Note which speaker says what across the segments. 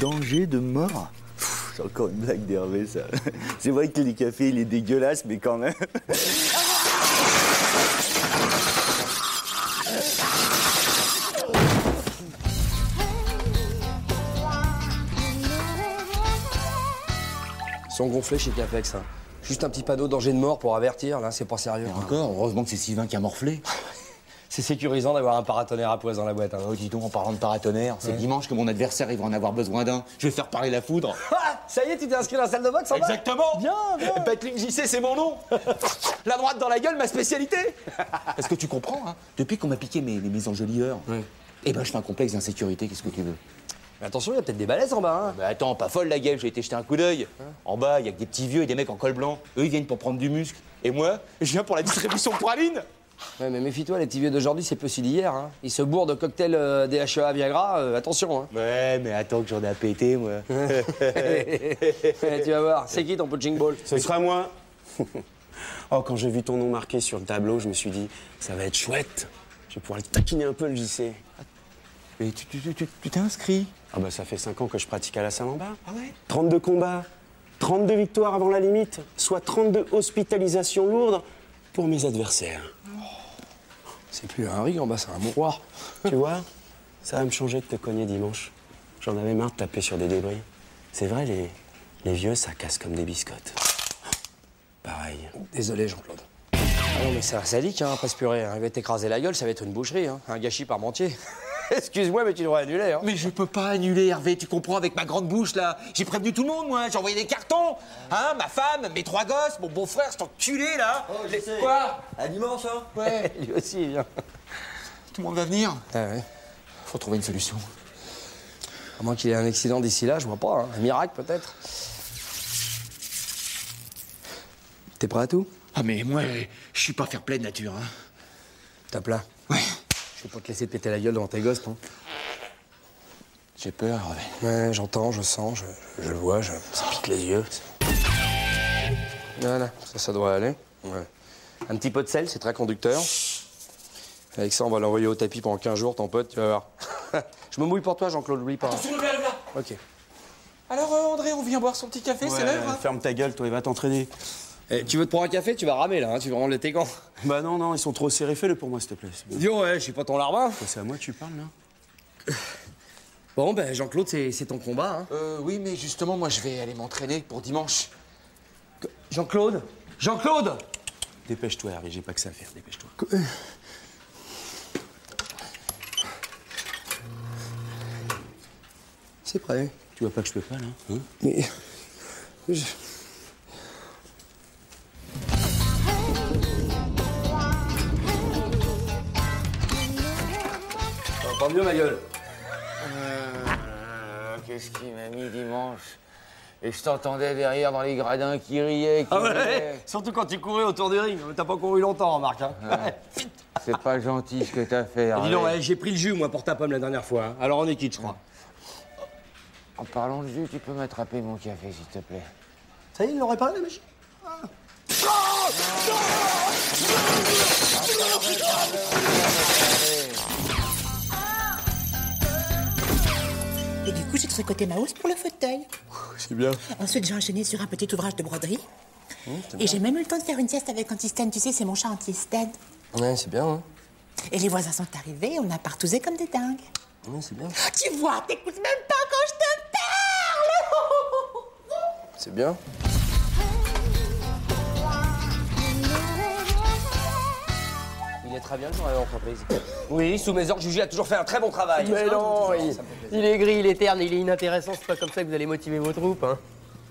Speaker 1: Danger de mort Pff, C'est encore une blague d'Hervé, ça. C'est vrai que les cafés, il est dégueulasse, mais quand même.
Speaker 2: Ils sont gonflés chez Capex. hein. Juste un petit panneau danger de mort pour avertir, là, c'est pas sérieux. hein.
Speaker 3: Encore, heureusement que c'est Sylvain qui a morflé.
Speaker 2: C'est sécurisant d'avoir un paratonnerre à poise dans la boîte. hein.
Speaker 3: Oh, dis donc, en parlant de paratonnerre, c'est dimanche que mon adversaire, il va en avoir besoin d'un. Je vais faire parler la foudre.
Speaker 2: Ah, ça y est, tu t'es inscrit dans la salle de boxe en bas
Speaker 3: Exactement Eh ben,
Speaker 2: Bien, bien
Speaker 3: Battling JC, c'est mon nom La droite dans la gueule, ma spécialité Parce que tu comprends, hein, depuis qu'on m'a piqué mes, mes, mes enjoliveurs, eh ben, je fais un complexe d'insécurité, qu'est-ce que tu veux
Speaker 2: Mais attention, il y a peut-être des balaises en bas. hein.
Speaker 3: Mais Bah, attends, pas folle la gueule, j'ai été jeter un coup d'œil. En bas, il y a que des petits vieux et des mecs en col blanc. Eux, ils viennent pour prendre du muscle. Et moi, je viens pour la distribution de praline
Speaker 2: Ouais, mais méfie-toi, les petits vieux d'aujourd'hui, c'est plus ceux d'hier. hein. Ils se bourrent de cocktails euh, DHEA Viagra, euh, attention. hein.
Speaker 3: Ouais, mais attends que j'en ai à péter, moi.
Speaker 2: Ouais, Eh, tu vas voir, c'est qui ton punching ball
Speaker 4: Ce sera moi. oh, quand j'ai vu ton nom marqué sur le tableau, je me suis dit, ça va être chouette. Je vais pouvoir le taquiner un peu, le JC.
Speaker 3: Mais tu tu- tu- tu- tu t'es inscrit
Speaker 4: Ah bah ça fait 5 ans que je pratique à la salle en bas.
Speaker 3: Ah ouais
Speaker 4: 32 combats, 32 victoires avant la limite, soit 32 hospitalisations lourdes pour mes adversaires.
Speaker 2: C'est plus un ring en bas, c'est un mouroir.
Speaker 4: tu vois, ça va me changer de te cogner dimanche. J'en avais marre de taper sur des débris. C'est vrai, les, les vieux, ça casse comme des biscottes. Pareil.
Speaker 2: Désolé, Jean-Claude. Ah non, mais c'est un sadique, hein, pas se purer. hein. Il va t'écraser la gueule, ça va être une boucherie, hein. un gâchis parmentier. Excuse-moi, mais tu devrais annuler. Hein.
Speaker 3: Mais je peux pas annuler, Hervé, tu comprends, avec ma grande bouche, là. J'ai prévenu tout le monde, moi, j'ai envoyé des cartons. Hein, ma femme, mes trois gosses, mon beau-frère, cet enculé, là.
Speaker 2: Oh,
Speaker 3: Les- Quoi
Speaker 1: À dimanche, hein
Speaker 3: Ouais,
Speaker 2: Lui aussi, viens.
Speaker 3: tout le monde va venir.
Speaker 2: Ah ouais.
Speaker 3: Faut trouver une solution.
Speaker 2: À moins qu'il ait un accident d'ici là, je vois pas. hein. Un miracle, peut-être. T'es prêt à tout
Speaker 3: Ah, mais moi, je suis pas fair-play de nature, hein.
Speaker 2: Tape là. Ouais. Je vais pas te laisser te péter la gueule devant tes gosses, non
Speaker 3: J'ai peur, Hervé.
Speaker 2: Ouais, j'entends, je sens, je, je le vois, je... ça pique les yeux. Voilà, ça, ça doit aller. Ouais. Un petit peu de sel, c'est très conducteur. Avec ça, on va l'envoyer au tapis pendant 15 jours, ton pote, tu vas voir. je me mouille pour toi, Jean-Claude, oublie pas.
Speaker 3: Tu le mets là.
Speaker 2: Ok.
Speaker 3: Alors, euh, André, on vient boire son petit café, c'est l'heure, hein
Speaker 4: Eh, ferme ta gueule, toi, et va t'entraîner.
Speaker 2: Eh, tu veux te prendre un café Tu vas ramer, là, hein, tu vas rendre tes gants.
Speaker 4: Bah non, non, ils sont trop serrés, fais-le pour moi, s'il te plaît. C'est bon.
Speaker 2: Dis donc, ouais, je suis pas ton larbin.
Speaker 4: C'est à moi que tu parles, là
Speaker 2: Bon, ben, Jean-Claude, c'est c'est ton combat, hein.
Speaker 3: Euh, oui, mais justement, moi, je vais aller m'entraîner pour dimanche.
Speaker 2: Jean-Claude Jean-Claude
Speaker 4: Dépêche-toi, Hervé, j'ai pas que ça à faire, dépêche-toi.
Speaker 2: C'est prêt.
Speaker 4: Tu vois pas que je peux pas, là hein
Speaker 2: Mais... Pas mieux, ma gueule.
Speaker 5: Euh, Qu'est-ce qu'il m'a mis dimanche Et je t'entendais derrière dans les gradins qui riaient, qui
Speaker 3: Ah
Speaker 2: Ah
Speaker 5: riaient.
Speaker 2: Surtout quand tu courais autour du ring. T'as pas couru longtemps, Marc. Hein.
Speaker 5: C'est pas gentil ce que t'as fait.
Speaker 2: Dis
Speaker 5: Hervé.
Speaker 2: donc, eh, j'ai pris le jus, moi, pour ta pomme la dernière fois. hein. Alors on est quitte, je crois.
Speaker 5: En parlant de jus, tu peux m'attraper mon café, s'il te plaît.
Speaker 2: Ça y est, il l'aurait parlé, la machine
Speaker 6: Et du coup, j'ai tricoté ma housse pour le fauteuil. C'est bien. Ensuite, j'ai enchaîné sur un petit ouvrage de broderie.
Speaker 2: Mmh,
Speaker 6: Et j'ai même eu le temps de faire une sieste avec Antistan. Tu sais, c'est mon chat Antistan.
Speaker 2: Ouais, c'est bien, hein.
Speaker 6: Et les voisins sont arrivés, on a partousé comme des dingues.
Speaker 2: Ouais, c'est bien.
Speaker 6: Tu vois, t'écoutes même pas quand je te parle
Speaker 2: C'est bien. Il est très bien, le journal d'entreprise. Oui, sous mes ordres, Juju a toujours fait un très bon travail. Ah,
Speaker 7: Mais non, il, il est gris, il est terne, il est inintéressant. C'est pas comme ça que vous allez motiver vos troupes. Hein.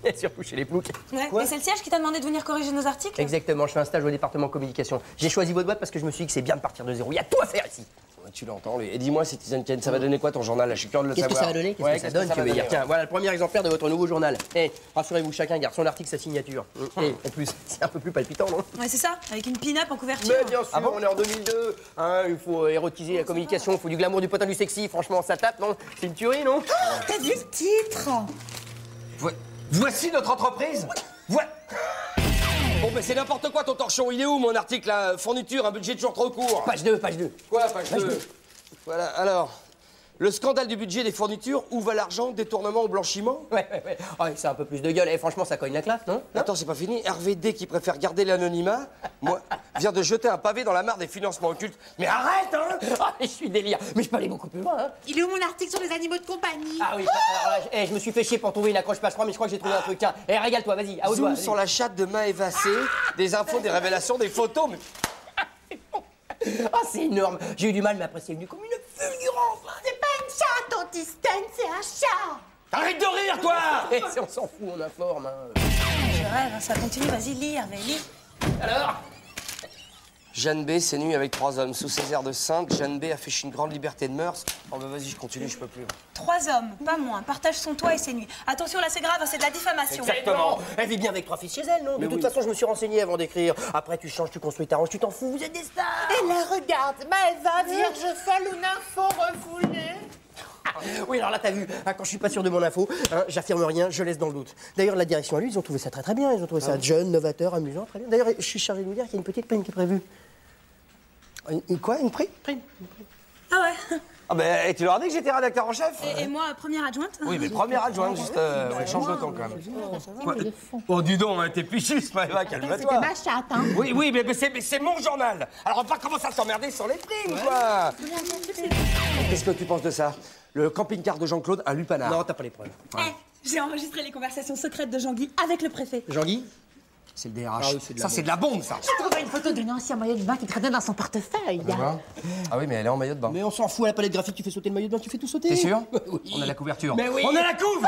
Speaker 7: Et surtout chez les ploucs.
Speaker 8: Ouais, mais c'est le siège qui t'a demandé de venir corriger nos articles
Speaker 7: Exactement, je fais un stage au département communication. J'ai choisi votre boîte parce que je me suis dit que c'est bien de partir de zéro. Il y a tout à faire ici.
Speaker 2: Ouais, Tu l'entends, lui. Et dis-moi, Citizen Kane, ça va donner quoi ton journal là Je suis curieux de le
Speaker 3: Qu'est-ce que
Speaker 2: savoir.
Speaker 3: ça va donner Qu'est-ce
Speaker 2: Ouais,
Speaker 3: que ça donne, tu veux
Speaker 2: va
Speaker 3: dire
Speaker 2: donner
Speaker 3: Tiens, voilà le premier exemplaire de votre nouveau journal. Eh, rassurez-vous, chacun garde son article, sa signature. Et en plus, c'est un peu plus palpitant, non
Speaker 6: Ouais, c'est ça, avec une pin-up en couverture.
Speaker 3: Mais bien sûr, on est en 2002. hein, il faut érotiser la communication, il faut du glamour, du potin, du sexy. Franchement, ça tape, non C'est une tuerie, non
Speaker 9: T'as vu le titre
Speaker 2: Vo- Voici notre entreprise Voi- Bon, ben c'est n'importe quoi ton torchon. Il est où mon article là Fourniture, un budget toujours trop court.
Speaker 3: Page 2, page 2.
Speaker 2: Quoi, page deux Voilà, alors. Le scandale du budget des fournitures, où va l'argent, détournement au blanchiment
Speaker 3: Ouais, ouais, ouais. Ah, c'est un peu plus de gueule. Et franchement, ça cogne la classe, non
Speaker 2: Attends, c'est pas fini. RVD qui préfère garder l'anonymat, moi, vient de jeter un pavé dans la mare des financements occultes. Mais arrête, hein
Speaker 3: Ah, je suis délire. Mais je peux aller beaucoup plus loin, hein.
Speaker 9: Il est où mon article sur les animaux de compagnie
Speaker 3: Ah oui, alors là, eh, je me suis fait chier pour trouver une accroche page 3, mais je crois que j'ai trouvé un truc. Tiens, eh, régale-toi, vas-y, à haut
Speaker 2: Zoom
Speaker 3: doigt.
Speaker 2: sur la chatte de main évacée, des infos, des révélations, des photos. Mais...
Speaker 3: Ah, c'est énorme. J'ai eu du mal, mais après, c'est venu comme une fulgurance.
Speaker 9: C'est pas une chatte, Antistène, c'est un chat
Speaker 2: Arrête de rire, toi
Speaker 3: Eh, si on s'en fout, on informe. hein.
Speaker 6: Je rêve, hein, ça continue, vas-y, lis, mais lis.
Speaker 2: Jeanne B s'ennuie avec trois hommes. Sous ses airs de sainte, Jeanne B affiche une grande liberté de mœurs. Oh bah vas-y, je continue, je peux plus.
Speaker 6: Trois hommes, pas moins, partage son toit et ses nuits. Attention, là, c'est grave, hein, c'est de la diffamation.
Speaker 3: Exactement. Elle vit bien avec trois filles chez elle, non De toute façon, je me suis renseigné avant d'écrire. Après, tu changes, tu construis, t'arranges, tu t'en fous, vous êtes des stars.
Speaker 9: Et la regarde, Maëva, vierge folle ou nympho refoulée
Speaker 3: Ah, Oui, alors là, t'as vu, hein, quand je suis pas sûr de mon info, hein, j'affirme rien, je laisse dans le doute. D'ailleurs, la direction à lui, ils ont trouvé ça très très bien. Ils ont trouvé
Speaker 2: Ah
Speaker 3: ça jeune, novateur, amusant, très bien. D'ailleurs, je suis chargé de vous dire qu'il y a une petite prime qui est prévue. Une, une quoi Une prime Prime.
Speaker 6: Ah ouais
Speaker 2: Ah bah tu leur as dit que j'étais rédacteur en chef
Speaker 6: Et, et moi, première adjointe
Speaker 2: Oui, mais première adjointe, juste euh, ouais, change de temps quand même. Quoi Oh dis donc, hein, t'es pichiste, Maëva, calme-toi.
Speaker 9: C'était ma chatte, hein
Speaker 2: Oui, oui, mais, mais c'est, mais c'est mon journal. Alors pas commencer à s'emmerder sur les primes, quoi. Qu'est-ce que tu penses de ça Le camping-car de Jean-Claude à Lupanar.
Speaker 3: Non, t'as pas les preuves.
Speaker 6: Eh, J'ai enregistré les conversations secrètes de Jean-Guy avec le préfet.
Speaker 3: Jean-Guy
Speaker 2: c'est le DRH.
Speaker 3: Oh,
Speaker 2: ça, Ah c'est de la bombe, ça.
Speaker 9: J'ai trouvé une photo d'un ancien maillot de bain qui traînait dans son portefeuille.
Speaker 2: Ah oui, mais elle est en maillot de bain.
Speaker 3: Mais on s'en fout à la palette graphique, tu fais sauter le maillot de bain, tu fais tout sauter.
Speaker 2: T'es sûr
Speaker 3: Oui.
Speaker 2: On a la couverture.
Speaker 3: Mais oui.
Speaker 2: On a la couve